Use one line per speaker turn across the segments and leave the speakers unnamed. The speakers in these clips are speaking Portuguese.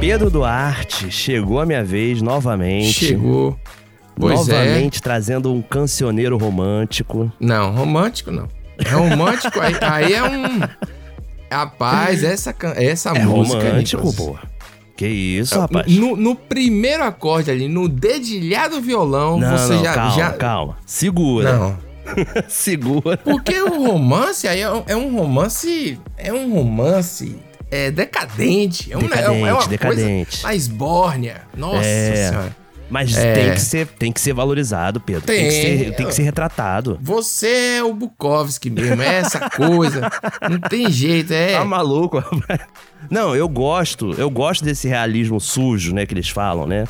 Pedro Duarte, chegou a minha vez novamente.
Chegou. Pois é.
novamente trazendo um cancioneiro romântico.
Não, romântico não. É Romântico aí, aí é um. Rapaz, essa, can- essa
é
música. assim.
romântico,
Nicolas.
pô. Que
É,
isso, rapaz.
No, no primeiro acorde ali, no dedilhar do violão,
não,
você
não,
já.
calma,
já...
calma. Segura,
Não.
segura.
Porque o romance aí é um, é um romance. É um romance. É decadente. É um é uma- é uma
Decadente,
coisa
decadente.
mais bórnia. Nossa
É.
senhora.
Mas
É.
tem, que ser, tem que ser valorizado, Pedro. Tem, que,
Tem.
ser, tem que ser retratado.
Você é o Bukowski mesmo, é essa coisa. Não tem jeito, é.
Tá maluco, rapaz? Não, eu gosto, eu gosto desse realismo sujo, né, que eles falam, né?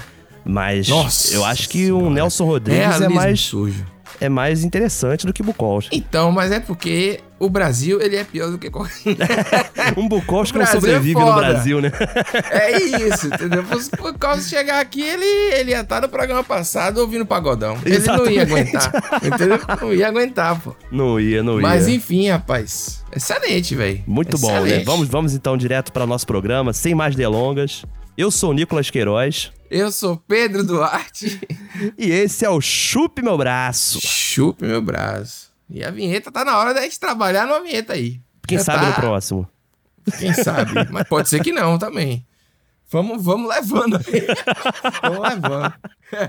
Mas
Nossa
eu acho que o
Senhora.
Nelson Rodrigues é,
Realismo
mais,
sujo.
é mais interessante do que Bukowski.
Então, mas é porque o Brasil, ele é pior do que qualquer
Um Bukowski
O
não
Brasil é
sobrevive no
foda.
Brasil, né?
É isso, entendeu? Se o Carlos chegar aqui, ele, ele ia estar no programa passado ouvindo pagodão. Ele não ia
Exatamente.
aguentar. Entendeu? Não ia aguentar, pô.
Não ia, não ia.
Mas enfim, rapaz. Excelente, velho.
Oh, Muito bom, né? Vamos, vamos então direto para o nosso programa, sem mais delongas. Eu sou o Nicolas Queiroz
Eu sou Pedro Duarte.
e esse é o Chupe Meu Braço.
Chupe meu braço. E a vinheta tá na hora da gente trabalhar numa vinheta aí.
Quem
Já
sabe
tá-
no próximo.
Quem sabe? Mas pode ser que não também. Vamos, vamos levando aí. vamos levando.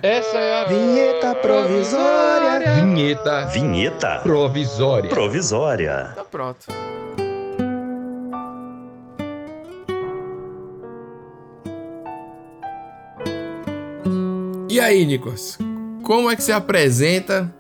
Essa é a vinheta provisória. Vinheta
Vinheta
provisória.
provisória.
Tá pronto. E aí, Nicolas? Como é que você apresenta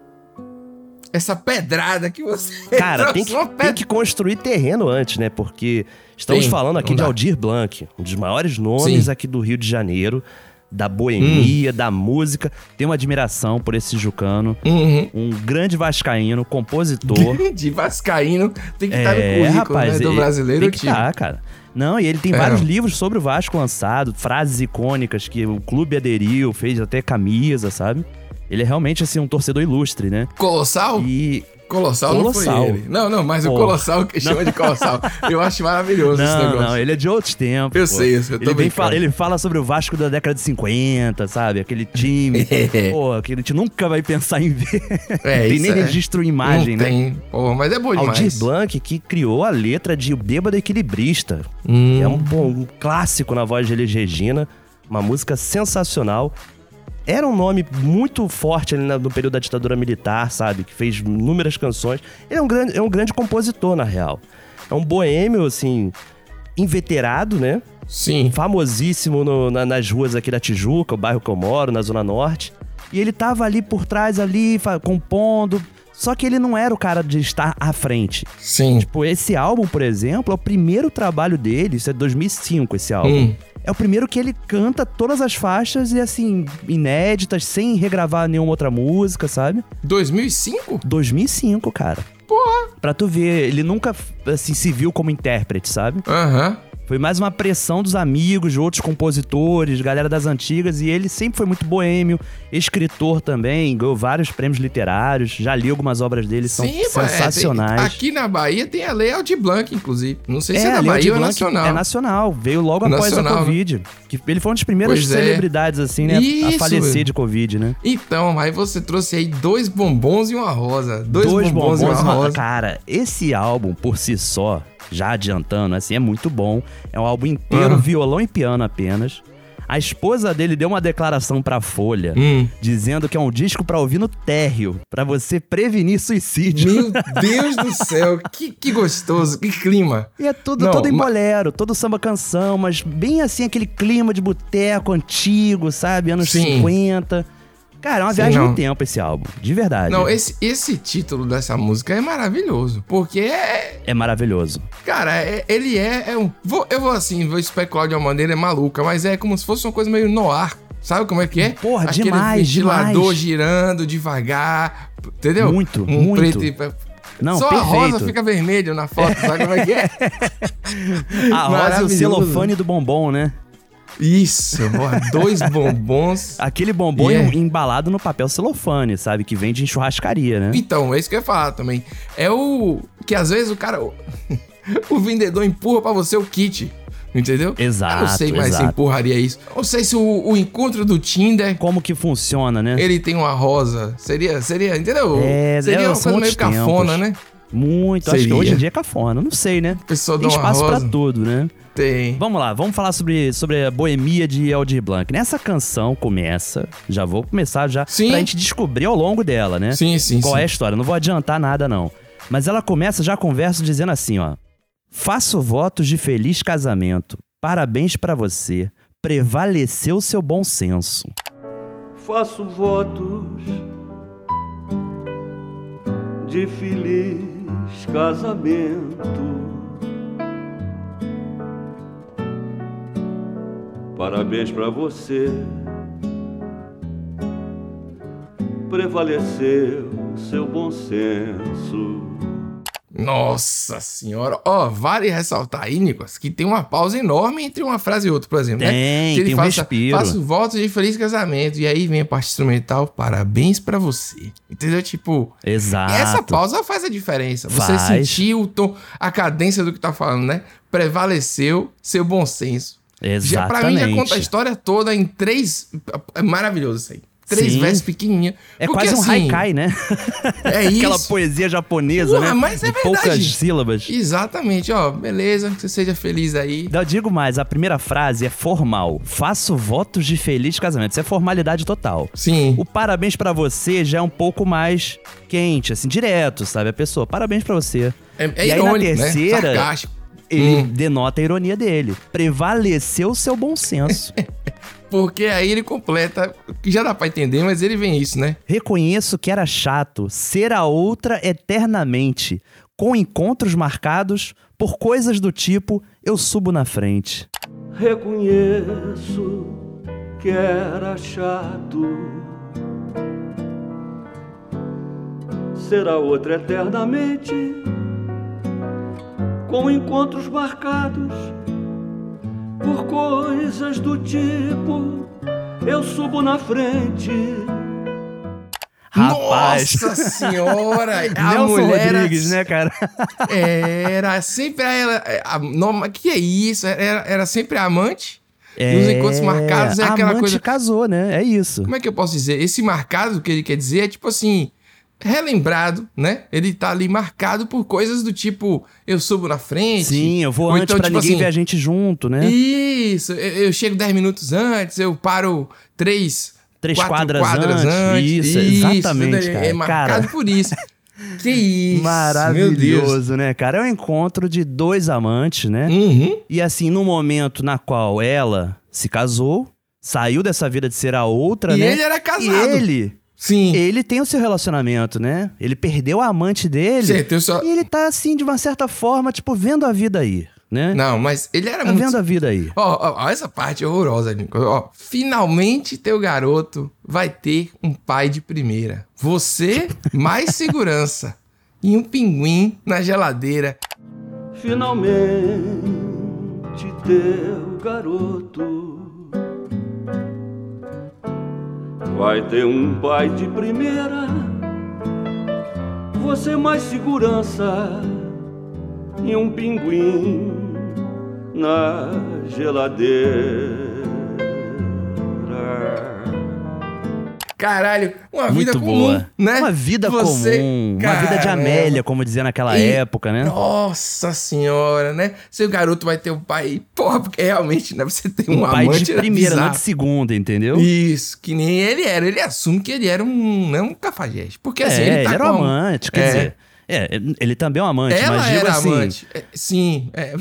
essa pedrada que você
Cara, tem que,
uma
tem
pedra-
que construir terreno antes, né? Porque estamos
Sim,
falando aqui
não
de
dá.
Aldir Blanc, um dos maiores nomes
Sim. Hum.
aqui do Rio de Janeiro, da boemia, da música. Tenho uma admiração por esse Jucano,
Uhum.
um grande vascaíno, compositor.
De vascaíno tem que estar no currículo né, do
Uhum. é-
brasileiro
tem que
time.
tá, cara. Não, e ele tem
É.
vários livros sobre o Vasco lançado, frases icônicas que o clube aderiu, fez até camisa, sabe? Ele é realmente, assim, um torcedor ilustre, né?
Colossal?
E...
Colossal, não
Colossal.
foi ele. Não, não, mas o
Pô.
Colossal que chama de Colossal. Eu acho maravilhoso esse
Não,
negócio.
não, ele é de outros tempos.
Eu
pô.
sei isso, eu tô
Ele, vem
brincando.
fala, ele fala sobre o Vasco da década de 50, sabe? Aquele time.
É.
pô, que a gente nunca vai pensar em ver.
É,
tem
isso
nem
é.
registro em imagem,
não
né?
Tem. Pô, mas é bom demais.
Aldir Blanc, que criou a letra de O Bêbado Equilibrista,
Hum.
É um, pô, um clássico na voz de Elis Regina, uma música sensacional. Era um nome muito forte ali na- no período da ditadura militar, sabe? Que fez inúmeras canções. Ele é um grande, é um grande compositor, na real. É um boêmio, assim, inveterado, né?
Sim.
famosíssimo no- na- nas ruas aqui da Tijuca, o bairro que eu moro, na Zona Norte. E ele tava ali por trás, ali, fa- compondo. Só que ele não era o cara de estar à frente.
Sim.
Tipo, esse álbum, por exemplo, é o primeiro trabalho dele, isso é 2005 esse álbum.
Hum.
É o primeiro que ele canta todas as faixas e assim, inéditas, sem regravar nenhuma outra música, sabe?
2005?
2005, cara. Porra! Pra tu ver, ele nunca assim se viu como intérprete, sabe?
Aham.
Foi mais uma pressão dos amigos, de outros compositores, galera das antigas, e ele sempre foi muito boêmio, escritor também, ganhou vários prêmios literários, já li algumas obras dele, são
Sim, pô, é,
sensacionais.
tem- aqui na Bahia tem a Lei Aldir Blanc, inclusive. Não sei se é,
a
da
Leo
Bahia ou é
Blanc
nacional.
É nacional, veio logo após
Nacional,
a
né?
Covid. Que ele foi uma das primeiras
Pois é.
celebridades, assim, né? a- a
Isso,
falecer
velho.
de Covid, né?
Então, aí você trouxe aí dois bombons e uma rosa. Dois, bombons, e uma
mano.
rosa.
Cara, esse álbum por si só, já adiantando, assim, é muito bom. É um álbum inteiro,
Aham.
violão e piano apenas. A esposa dele deu uma declaração pra Folha,
Hum.
dizendo que é um disco pra ouvir no térreo, pra você prevenir suicídio.
Meu Deus do céu, que, que gostoso, que clima.
E é tudo,
Não,
todo em
ma-
bolero, todo samba canção, mas bem assim, aquele clima de boteco antigo, sabe? Anos
Sim.
50. Cara, é uma
Sim,
viagem
não.
no tempo esse álbum, de verdade.
Não, esse, esse título dessa música é maravilhoso, porque é,
É maravilhoso.
Cara, é- ele é, é um. vou- eu vou assim, vou especular de uma maneira maluca, mas é como se fosse uma coisa meio no ar. Sabe como é que é?
Porra, demais,
ventilador
demais.
girando devagar, entendeu?
Muito,
um
muito.
Preto e...
Não,
Só
perfeito.
a rosa fica vermelha na foto, sabe como é que é?
A rosa e o
Maravilhoso.
celofane do bombom, né?
Isso, porra, dois bombons.
Aquele bombom
E é.
em- embalado no papel celofane, sabe? Que vende em churrascaria, né?
Então, é isso que eu ia falar também. É o. Que às vezes o cara. O vendedor empurra pra você o kit. entendeu?
Exato,
Eu não sei mais se
exato.
empurraria isso. Não sei se o, o encontro do Tinder,
Como que funciona, né?
ele tem uma rosa. Seria, seria, entendeu?
É, é,
seria uma
são
coisa meio
outros tempos.
cafona, né?
Muito. Acho que
Seria.
hoje em dia é cafona. Não sei, né?
A pessoa dá
Tem
uma
espaço pra
rosa.
tudo, né?
Tem.
Vamos lá, vamos falar sobre, sobre a boemia de Aldir Blanc. Nessa canção começa, já vou começar já,
Sim.
pra gente descobrir ao longo dela, né?
Sim, sim,
Qual
sim.
é a história? Não vou adiantar nada, não. Mas ela começa já a conversa dizendo assim, ó. Faço votos de feliz casamento. Parabéns pra você. Prevaleceu seu bom senso.
faço votos de feliz casamento. Parabéns pra você, prevaleceu seu bom senso.
Nossa senhora. Ó, vale ressaltar aí, Nicolas, que tem uma pausa enorme entre uma frase e outra, por exemplo, né?
Tem,
Se ele
tem um
faça,
respiro.
Faço votos de feliz casamento. E aí vem a parte instrumental, parabéns pra você. Entendeu? Tipo,
Exato.
essa pausa faz a diferença. Você
Faz.
sentiu o tom, a cadência do que tá falando, né? Prevaleceu seu bom senso. Já, pra mim,
Exatamente.
já conta a história toda em três... É maravilhoso isso aí. Três
Sim.
versos pequenininha.
é
Porque,
quase um
assim,
haikai, né?
É isso.
Aquela poesia japonesa,
Porra,
né?
mas é
de poucas
verdade.
sílabas.
Exatamente, ó. Beleza, que você seja feliz aí.
Eu digo mais, a primeira frase é formal. Faço votos de feliz casamento. Isso é formalidade total.
Sim.
O parabéns pra você já é um pouco mais quente, assim, direto, sabe? A pessoa, parabéns pra você.
É, é
e aí
irônico,
na terceira,
né? Sarcástico.
ele
Hum.
denota a ironia dele. Prevaleceu o seu bom senso.
Porque aí ele completa, que já dá pra entender, mas ele vem isso, né?
Reconheço que era chato ser a outra eternamente, com encontros marcados por coisas do tipo eu subo na frente.
Reconheço que era chato Será outra eternamente Com encontros marcados Por coisas do tipo Eu subo na frente
Rapaz.
Nossa senhora! a
Nelson
mulher era-
Rodrigues, né, cara?
Era sempre ela. A, não, que é isso? Era, era sempre a amante. E os encontros marcados é
a
aquela
amante
coisa.
casou, né? É isso.
Como é que eu posso dizer? Esse marcado que ele quer dizer é tipo assim. Relembrado, né? Ele tá ali marcado por coisas do tipo: eu subo na frente.
Sim, eu vou
Ou
antes
então,
pra
tipo
ninguém
assim,
ver a gente junto, né?
Isso, eu, eu chego 10 minutos antes, eu paro 3,
Três quadras antes, isso, exatamente, cara.
É marcado
Cara.
por isso. Que isso, meu Deus.
Maravilhoso, né, cara? É um encontro de dois amantes, né?
Uhum,
E assim, no momento na qual ela se casou, saiu dessa vida de ser a outra,
E
né?
ele era casado.
E ele,
Sim,
ele tem o seu relacionamento, né? Ele perdeu a amante dele.
Certo, eu só...
E ele tá assim, de uma certa forma, tipo, vendo a vida aí, né?
Não, mas ele era
tá
muito...
vendo a vida aí.
Ó, ó, ó, essa parte é horrorosa, Nico. Ó, finalmente teu garoto vai ter um pai de primeira. Você, mais segurança. E um pinguim na geladeira.
Finalmente teu garoto vai ter um pai de primeira, você mais segurança e um pinguim na geladeira.
Caralho, uma vida
Muito
comum,
boa.
né?
Uma vida
Você-
comum. Uma vida de
Caramba.
Amélia, como dizia naquela
E-
época, né?
Nossa senhora, né? Seu garoto vai ter um pai. Porra, porque realmente, né? Você tem um,
Um pai
amante
de
era
primeira, não
bizarro.
de segunda, entendeu? É,
Isso, que nem ele era. Ele assume que ele era um, né, um cafajeste. Porque assim,
é,
ele
ele,
tá
era um
com a-
amante, quer
É.
dizer. É, ele também é um amante, mas
Ela
digo
era
assim.
amante. É, sim, é.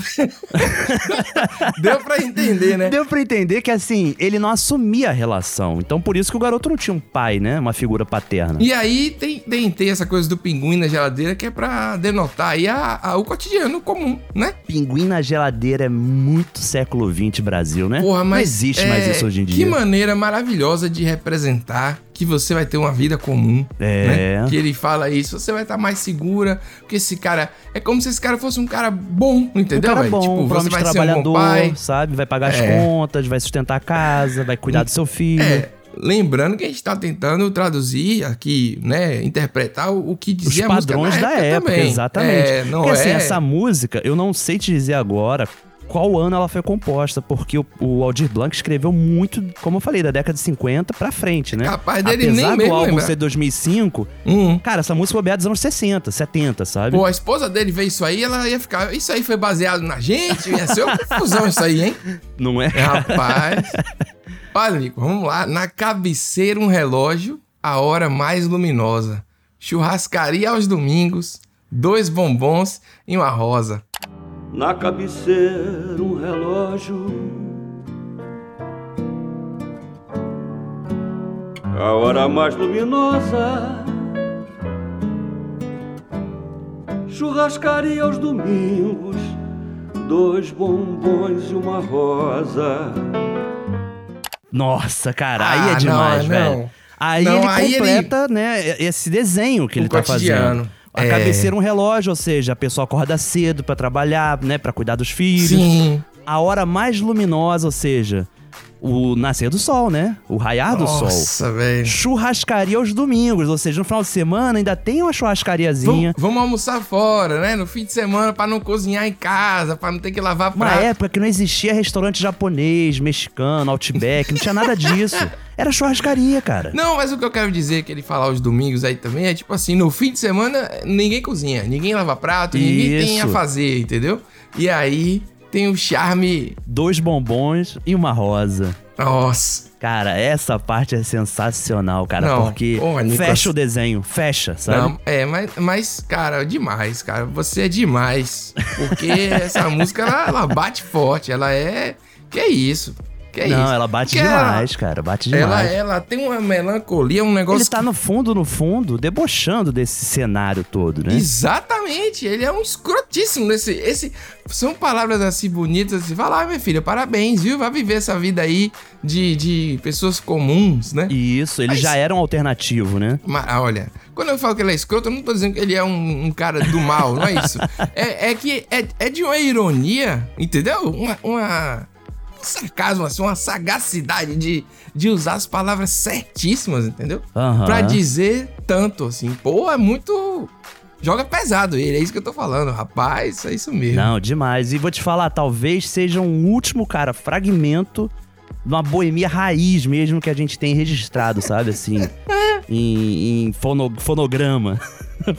Deu pra entender, né?
Deu pra entender que assim, ele não assumia a relação. Então por isso que o garoto não tinha um pai, né? Uma figura paterna.
E aí tem, tem, tem essa coisa do pinguim na geladeira que é pra denotar aí a- a- o cotidiano comum, né?
Pinguim na geladeira é muito século XX Brasil, né?
Porra, mas
não existe
é,
mais isso hoje em
Que
dia.
maneira maravilhosa de representar que você vai ter uma vida comum.
É.
né? Que ele fala isso, você vai estar mais segura, porque esse cara. É como se esse cara fosse um cara bom,
Um
entendeu?
cara
velho?
bom, um
você
provavelmente
vai ser um bom
trabalhador,
pai.
sabe? Vai pagar as
É.
contas, vai sustentar a casa, vai cuidar do seu filho.
É. Lembrando que a gente tá tentando traduzir aqui, né? Interpretar o, o que
Os
dizia a música
padrões
na
da época,
também.
exatamente.
É, não
Porque assim,
é...
essa música, eu não sei te dizer agora qual ano ela foi composta, porque o, o Aldir Blanc escreveu muito, como eu falei, da década de 50 pra frente, né?
Capaz dele
Apesar
nem
do
mesmo
álbum
lembrar.
ser 2005,
Uhum.
cara, essa música foi dos anos 60, 70, sabe?
Pô, a esposa dele vê isso aí, ela ia ficar. Isso aí foi baseado na gente? Ia ser uma confusão isso aí, hein?
Não é?
Rapaz. Olha, Nico, vamos lá. Na cabeceira, um relógio, a hora mais luminosa. Churrascaria aos domingos, dois bombons e uma rosa.
Na cabeceira um relógio. A hora mais luminosa. Churrascaria aos domingos. Dois bombons e uma rosa.
Nossa, cara, aí
Ah,
é
não,
demais,
não.
velho. Aí
Não,
ele
aí
completa, né, esse desenho que
O
ele tá
cotidiano.
fazendo. A
É.
cabeceira é um relógio, ou seja, a pessoa acorda cedo pra trabalhar, né, Pra cuidar dos filhos.
Sim.
A hora mais luminosa, ou seja, o nascer do sol, né? O raiar do sol.
Nossa, velho.
Churrascaria aos domingos, ou seja, no final de semana ainda tem uma churrascariazinha.
Vamos, vamos almoçar fora, né? No fim de semana, pra não cozinhar em casa, pra não ter que lavar
Uma
prato.
época que não existia restaurante japonês, mexicano, outback, não tinha nada disso. Era churrascaria, cara.
Não, mas o que eu quero dizer é que ele falar os domingos aí também é tipo assim, no fim de semana ninguém cozinha, ninguém lava prato, ninguém tem a
Isso.
fazer, entendeu? E aí tem o charme.
Dois bombons e uma rosa.
Nossa.
Cara, essa parte é sensacional, cara,
Não,
porque
ô, Nicolas.
fecha o desenho, fecha, sabe?
Não, é, mas, mas, cara, demais, cara. Você é demais. Porque essa música, ela, ela bate forte. Ela é. Que é isso? Que é
Não,
isso?
ela bate
Porque
demais, cara, bate demais.
Ela, é ela tem uma melancolia, um negócio.
Ele tá no fundo, no fundo, debochando desse cenário todo, né?
Exatamente, ele é um escrotíssimo desse. Esse, são palavras assim bonitas. Assim, vai lá, minha filha, parabéns, viu? Vai viver essa vida aí de, de pessoas comuns, né?
Isso, ele
Mas-
já era um alternativo, né?
Mas, ah, olha, quando eu falo que ele é escroto, eu não tô dizendo que ele é um, um cara do mal, não é isso. É, é que é, é de uma ironia, entendeu? Uma, uma- um sarcasmo, assim, uma sagacidade de, de usar as palavras certíssimas, entendeu?
Aham.
Pra dizer tanto, assim. Pô, é muito. Joga pesado ele, é isso que eu tô falando, rapaz, é isso mesmo.
Não, demais. E vou te falar, talvez seja um último, cara, fragmento de uma boemia raiz mesmo que a gente tem registrado, sabe? Assim,
É.
em, em fono- fonograma.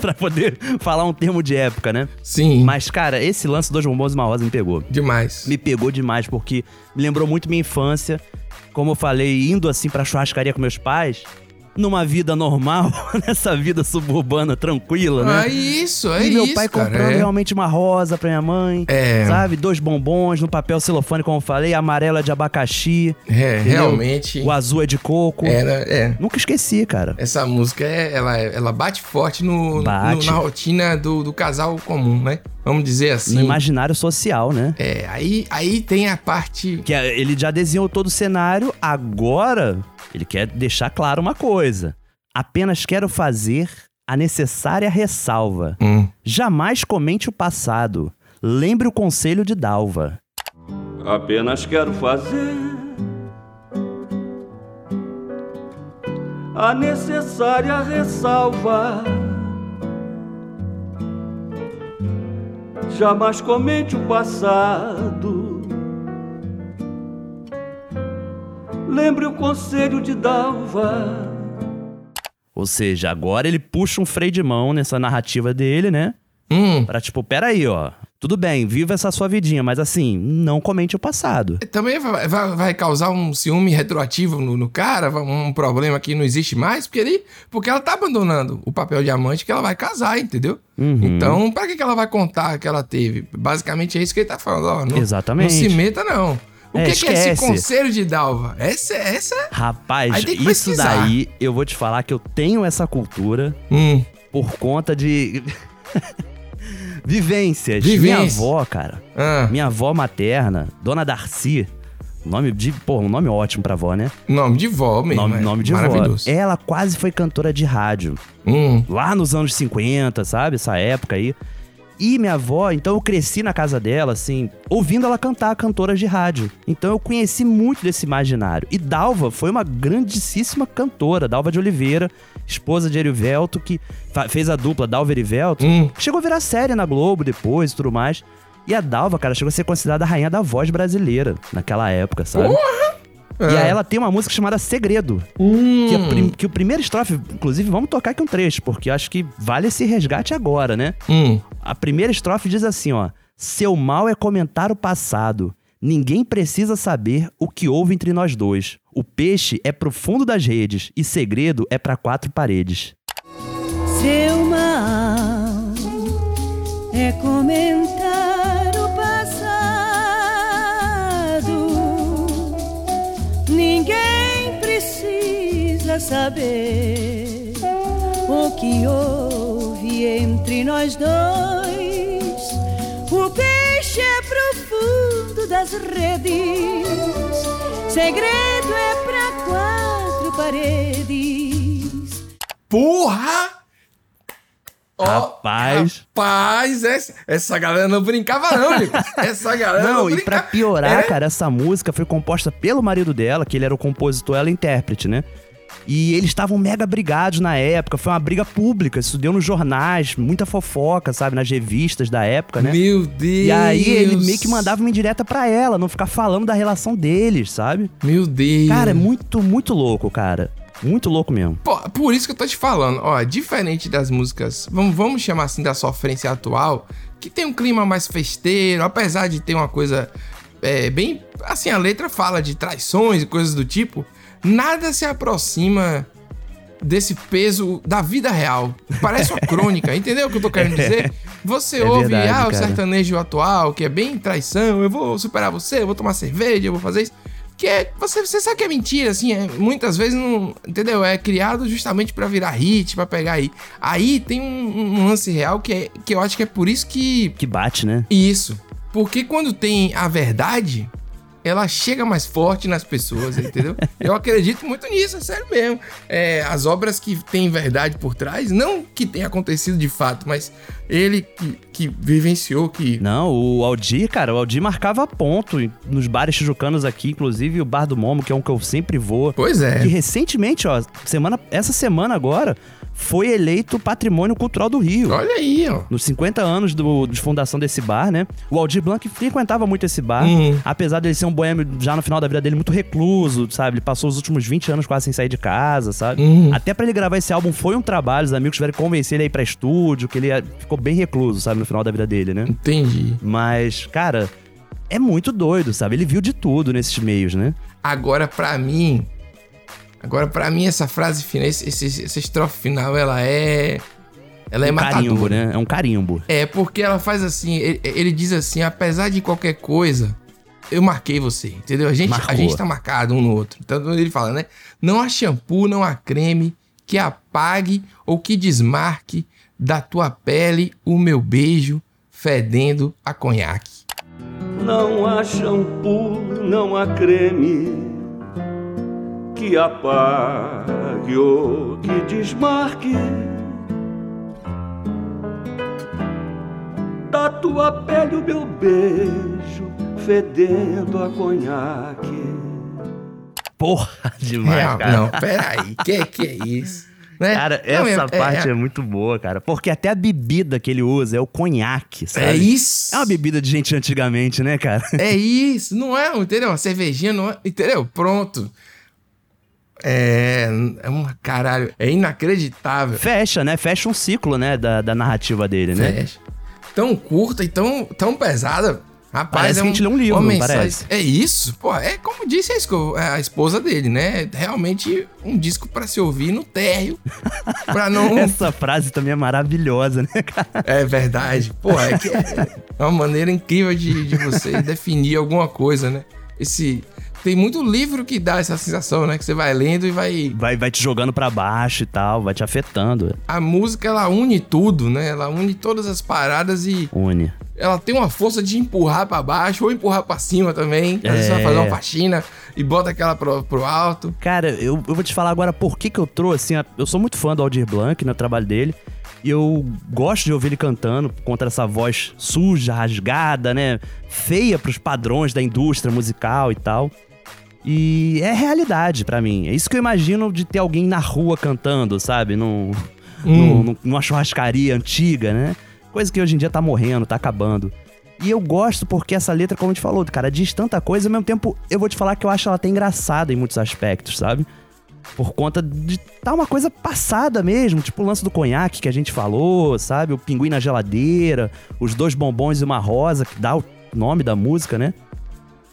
pra poder falar um termo de época, né?
Sim,
Mas, cara, esse lance dos bombons e uma rosa me pegou.
demais.
Me pegou demais, porque me lembrou muito minha infância. Como eu falei, indo assim pra churrascaria com meus pais, numa vida normal, nessa vida suburbana tranquila, né?
É isso, é
e
isso.
meu pai
cara,
comprando
é.
realmente uma rosa pra minha mãe.
É.
Sabe? Dois bombons no papel celofane, como eu falei. Amarelo é de abacaxi.
É,
entendeu?
realmente.
O azul é de coco.
Era, é.
Nunca esqueci, cara.
Essa música, é- ela, ela bate forte no,
Bate.
no- na rotina do, do casal comum, né? Vamos dizer assim.
No imaginário social, né?
É, aí, aí tem a parte.
Que é, ele já desenhou todo o cenário. Agora, ele quer deixar claro uma coisa. Apenas quero fazer a necessária ressalva.
Hum.
Jamais comente o passado. Lembre o conselho de Dalva.
Apenas quero fazer a necessária ressalva. Jamais comente o passado. Lembre o conselho de Dalva.
Ou seja, agora ele puxa um freio de mão nessa narrativa dele, né?
Hum.
Pra tipo, peraí, ó. Tudo bem, viva essa sua vidinha, mas assim, não comente o passado.
Também vai, vai- vai causar um ciúme retroativo no, no cara, vai- um problema que não existe mais, porque ele, porque ela tá abandonando o papel de amante que ela vai casar, entendeu?
Uhum.
Então, pra que, que ela vai contar que ela teve? Basicamente é isso que ele tá falando, ó. Não, não
Exatamente.
se meta, não. O
É,
que, que é esse
esquece.
conselho de Dalva? Essa, essa.
Rapaz,
Aí tem que
isso
pesquisar.
daí eu vou te falar que eu tenho essa cultura
Hum,
por conta de vivências.
Vivência.
Minha avó, cara.
ah,
Minha avó materna, Dona Darcy. Nome de, pô, um nome ótimo pra avó, né?
nome de vó mesmo.
nome,
é
nome de avó.
Maravilhoso.
Ela quase foi cantora de rádio.
Hum,
lá nos anos 50, sabe? Essa época aí. E minha avó, então eu cresci na casa dela, assim, ouvindo ela cantar cantoras de rádio. Então eu conheci muito desse imaginário. E Dalva foi uma grandíssima cantora, Dalva de Oliveira, esposa de Erivelto, que fa- fez a dupla Dalva e Erivelto.
hum.
Chegou a virar série na Globo depois e tudo mais. E a Dalva, cara, chegou a ser considerada a rainha da voz brasileira naquela época, sabe? E
É.
aí ela tem uma música chamada Segredo.
hum,
Que, a prim- que o primeiro estrofe, inclusive, vamos tocar aqui um trecho, porque eu acho que vale esse resgate agora, né?
Hum.
A primeira estrofe diz assim, ó: Seu mal é comentar o passado. Ninguém precisa saber o que houve entre nós dois. O peixe é pro fundo das redes e segredo é pra quatro paredes.
Seu mal é comentar o passado. Ninguém precisa saber o que houve entre nós dois. O peixe é profundo das redes, segredo é pra quatro paredes.
Porra! Ó,
Rapaz.
Rapaz, essa, essa galera não brincava, não, Nicolas. Essa galera não,
Não, e pra
brincava.
piorar,
É.
cara, essa música foi composta pelo marido dela, que ele era o compositor, ela é intérprete, né? E eles estavam mega brigados na época, foi uma briga pública, isso deu nos jornais, muita fofoca, sabe, nas revistas da época, né?
Meu Deus!
E aí ele meio que mandava uma indireta pra ela, não ficar falando da relação deles, sabe?
Meu Deus!
Cara, é muito, muito louco, cara. Muito louco mesmo.
Pô, por isso que eu tô te falando, ó, diferente das músicas, vamos, vamos chamar assim da sofrência atual, que tem um clima mais festeiro, apesar de ter uma coisa é, bem. Assim, a letra fala de traições e coisas do tipo, nada se aproxima desse peso da vida real. Parece uma crônica, entendeu o que eu tô querendo dizer? Você
É
ouve,
verdade,
ah, o
cara.
sertanejo atual, que é bem traição, eu vou superar você, eu vou tomar cerveja, eu vou fazer isso. Que é, você, você sabe que é mentira, assim, é- muitas vezes não. Entendeu? É criado justamente pra virar hit, pra pegar aí. Aí tem um, um lance real que, é, que eu acho que é por isso que
Que bate, né?
isso. Porque quando tem a verdade, ela chega mais forte nas pessoas, entendeu? Eu acredito muito nisso, é sério mesmo. É, as obras que têm verdade por trás, não que tenha acontecido de fato, mas ele que, que vivenciou que.
Não, o Aldir, cara, o Aldir marcava ponto em- nos bares tijucanos aqui, inclusive o Bar do Momo, que é um que eu sempre vou.
Pois
Que
é.
recentemente, ó, semana, essa semana agora, foi eleito Patrimônio Cultural do Rio.
Olha aí, ó.
Nos 50 anos do- de fundação desse bar, né? O Aldir Blanc frequentava muito esse bar.
Uhum.
Apesar dele ser um boêmio já no final da vida dele muito recluso, sabe? Ele passou os últimos 20 anos quase sem sair de casa, sabe?
Uhum.
Até pra ele gravar esse álbum foi um trabalho, os amigos tiveram que convencer ele a ir pra estúdio, que ele eh, ficou bem recluso, sabe? No final da vida dele, né?
Entendi.
Mas, cara, é muito doido, sabe? Ele viu de tudo nesses meios, né?
Agora, pra mim. Agora, pra mim, essa frase final, esse, esse- essa estrofe final, ela é. Ela é
um
matadora.
carimbo, né? É um carimbo.
É, porque ela faz assim, ele, ele diz assim, apesar de qualquer coisa, eu marquei você, entendeu? A gente, a
Marcou.
gente tá marcado um no outro. Então ele fala, né? Não há shampoo, não há creme que apague ou que desmarque da tua pele o meu beijo fedendo a conhaque.
Não há shampoo, não há creme que apague ou que desmarque da Tá tua pele o meu beijo fedendo a conhaque.
Porra, demais,
Real-
cara.
não, peraí, que que é isso? Né?
Cara,
Não,
essa
é- é-
parte é, muito boa, cara. Porque até a bebida que ele usa é o conhaque,
é,
sabe?
isso.
É uma bebida de gente antigamente, né, cara?
É isso, não é, entendeu? Uma cervejinha não é, entendeu? Pronto. É, é uma caralho, é inacreditável.
Fecha, né? Fecha um ciclo, né? Da, da narrativa dele, né?
Fecha. É. Tão curta e tão, tão pesada. Rapaz,
Parece
é
que a gente lê um livro,
uma
não
mensagem-
parece?
É isso, pô. É como disse a, esco- a esposa dele, né? Realmente um disco pra se ouvir no térreo. pra não.
Essa frase também é maravilhosa, né, cara?
É verdade. Pô, é que é uma maneira incrível de, de você definir alguma coisa, né? Esse. Tem muito livro que dá essa sensação, né? Que você vai lendo e vai.
Vai, vai te jogando pra baixo e tal, vai te afetando.
A música, ela une tudo, né? Ela une todas as paradas e
Une.
ela tem uma força de empurrar pra baixo ou empurrar pra cima também. Às vezes você vai
É.
fazer uma faxina e bota aquela pro, pro alto.
Cara, eu, eu vou te falar agora por que, que eu trouxe. Assim, a- eu sou muito fã do Aldir Blanc, né? O trabalho dele. E eu gosto de ouvir ele cantando contra essa voz suja, rasgada, né? Feia pros padrões da indústria musical e tal. E é realidade pra mim. É isso que eu imagino de ter alguém na rua cantando, sabe? Num, num- num- numa churrascaria antiga, né? Coisa que hoje em dia tá morrendo, tá acabando. E eu gosto porque essa letra, como a gente falou, cara, diz tanta coisa, ao mesmo tempo eu vou te falar que eu acho ela até engraçada em muitos aspectos, sabe? Por conta de tá uma coisa passada mesmo, tipo o lance do conhaque que a gente falou, sabe? O pinguim na geladeira, os dois bombons e uma rosa, que dá o nome da música, né?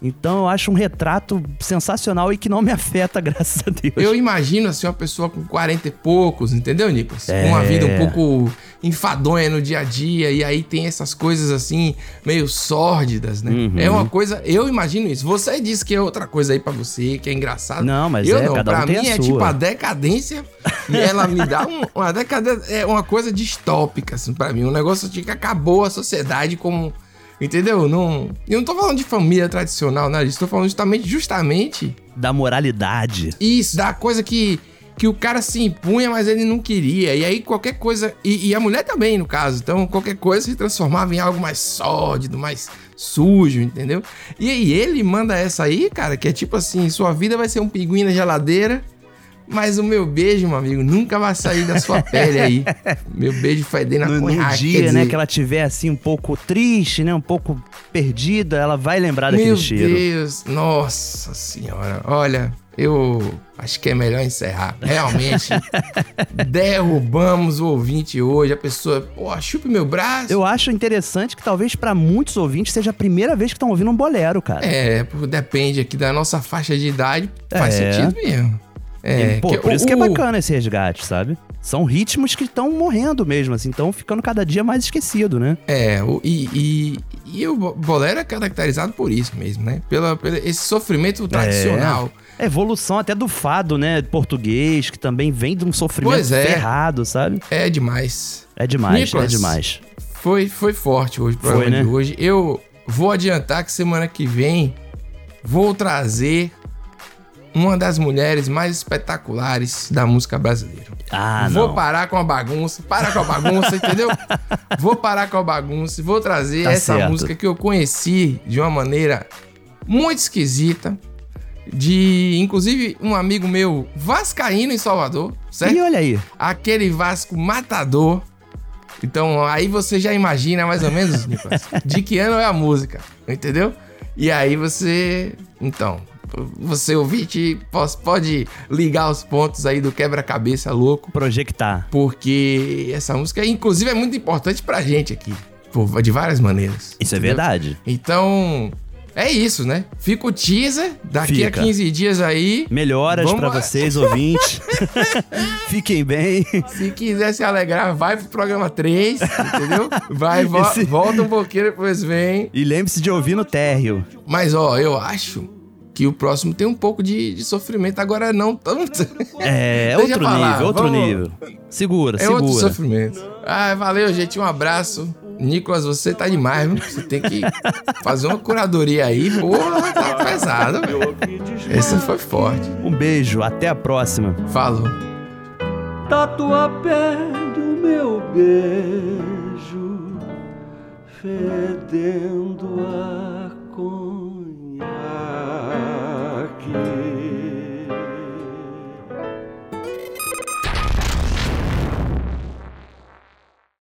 Então eu acho um retrato sensacional e que não me afeta, graças a Deus.
Eu imagino assim uma pessoa com 40 e poucos, entendeu, Nicolas? Com
É.
Uma vida um pouco enfadonha no dia a dia e aí tem essas coisas assim meio sórdidas, né?
Uhum.
É uma coisa, eu imagino isso. Você disse que é outra coisa aí pra você, que é engraçado.
Não, mas
eu
é, cada um
pra
tem
mim
a
é
sua.
tipo a decadência, e ela me dá um- uma decadência, é uma coisa distópica assim para mim, um negócio de que acabou a sociedade como Entendeu? Não, eu não tô falando de família tradicional, nada disso. Tô falando justamente, justamente
Da moralidade.
isso, da coisa que, que o cara se impunha, mas ele não queria. E aí qualquer coisa. E, e a mulher também, no caso. Então qualquer coisa se transformava em algo mais sórdido, mais sujo, entendeu? E aí ele manda essa aí, cara, que é tipo assim: sua vida vai ser um pinguim na geladeira. Mas o meu beijo, meu amigo, nunca vai sair da sua pele aí. Meu beijo fedendo na
No, no
conhaque,
dia,
quer
né,
dizer,
que ela tiver assim um pouco triste, né, um pouco perdida, ela vai lembrar daquele
Meu
Tá cheiro.
Deus, nossa senhora. Olha, eu acho que é melhor encerrar. Realmente, derrubamos o ouvinte hoje. A pessoa, pô, chupa meu braço.
Eu acho interessante que talvez pra muitos ouvintes seja a primeira vez que estão ouvindo um bolero, cara.
É, pô, depende aqui da nossa faixa de idade. Faz
É.
sentido mesmo. É,
E, pô,
que-
por
o-
isso que é
o-
bacana esse resgate, sabe? São ritmos que estão morrendo mesmo, assim, estão ficando cada dia mais esquecido, né?
É, o- e, e, e o bo- bolero é caracterizado por isso mesmo, né? Pela, pela- esse
É.
sofrimento tradicional.
A É evolução até do fado, né, português, que também vem de um
Pois
sofrimento
é.
ferrado, sabe?
É, demais.
É demais,
Nicolas,
é demais.
Foi, foi forte hoje o
Foi,
programa
né?
de hoje. Eu vou adiantar que semana que vem vou trazer uma das mulheres mais espetaculares da música brasileira.
Ah,
vou
não.
parar com a bagunça, parar com a bagunça, entendeu? Vou parar com a bagunça e vou trazer
Tá
essa
certo.
música que eu conheci de uma maneira muito esquisita. De, inclusive, um amigo meu vascaíno em Salvador, certo?
E olha aí.
aquele Vasco matador. Então aí você já imagina mais ou menos, Nicolas, de que ano é a música, entendeu? E aí você, então, você ouvinte pos- pode ligar os pontos aí do quebra-cabeça louco,
Projetar.
porque essa música inclusive é muito importante pra gente aqui, por- de várias maneiras.
Isso é
entendeu?
verdade.
Então, é isso, né? Fica o teaser daqui
Fica.
a 15 dias aí.
Melhoras
Vamos
pra
lá.
vocês, ouvintes. Fiquem bem.
Se quiser se alegrar, vai pro programa 3, entendeu? Vai, vo-
Esse-
volta um pouquinho, depois vem.
E lembre-se de ouvir no térreo.
Mas, ó, eu acho que o próximo tem um pouco de, de sofrimento. Agora não tanto.
É,
Deixa
outro
eu falar,
nível, outro
vamos-
nível. Segura,
É outro
segura.
sofrimento. Ah, valeu, gente. Um abraço. Nicolas, você tá demais, viu? Você tem que fazer uma curadoria aí. Porra, tá pesado, velho. Essa foi forte.
Um beijo, até a próxima.
Falou.
Tatuapé do meu beijo, fedendo a com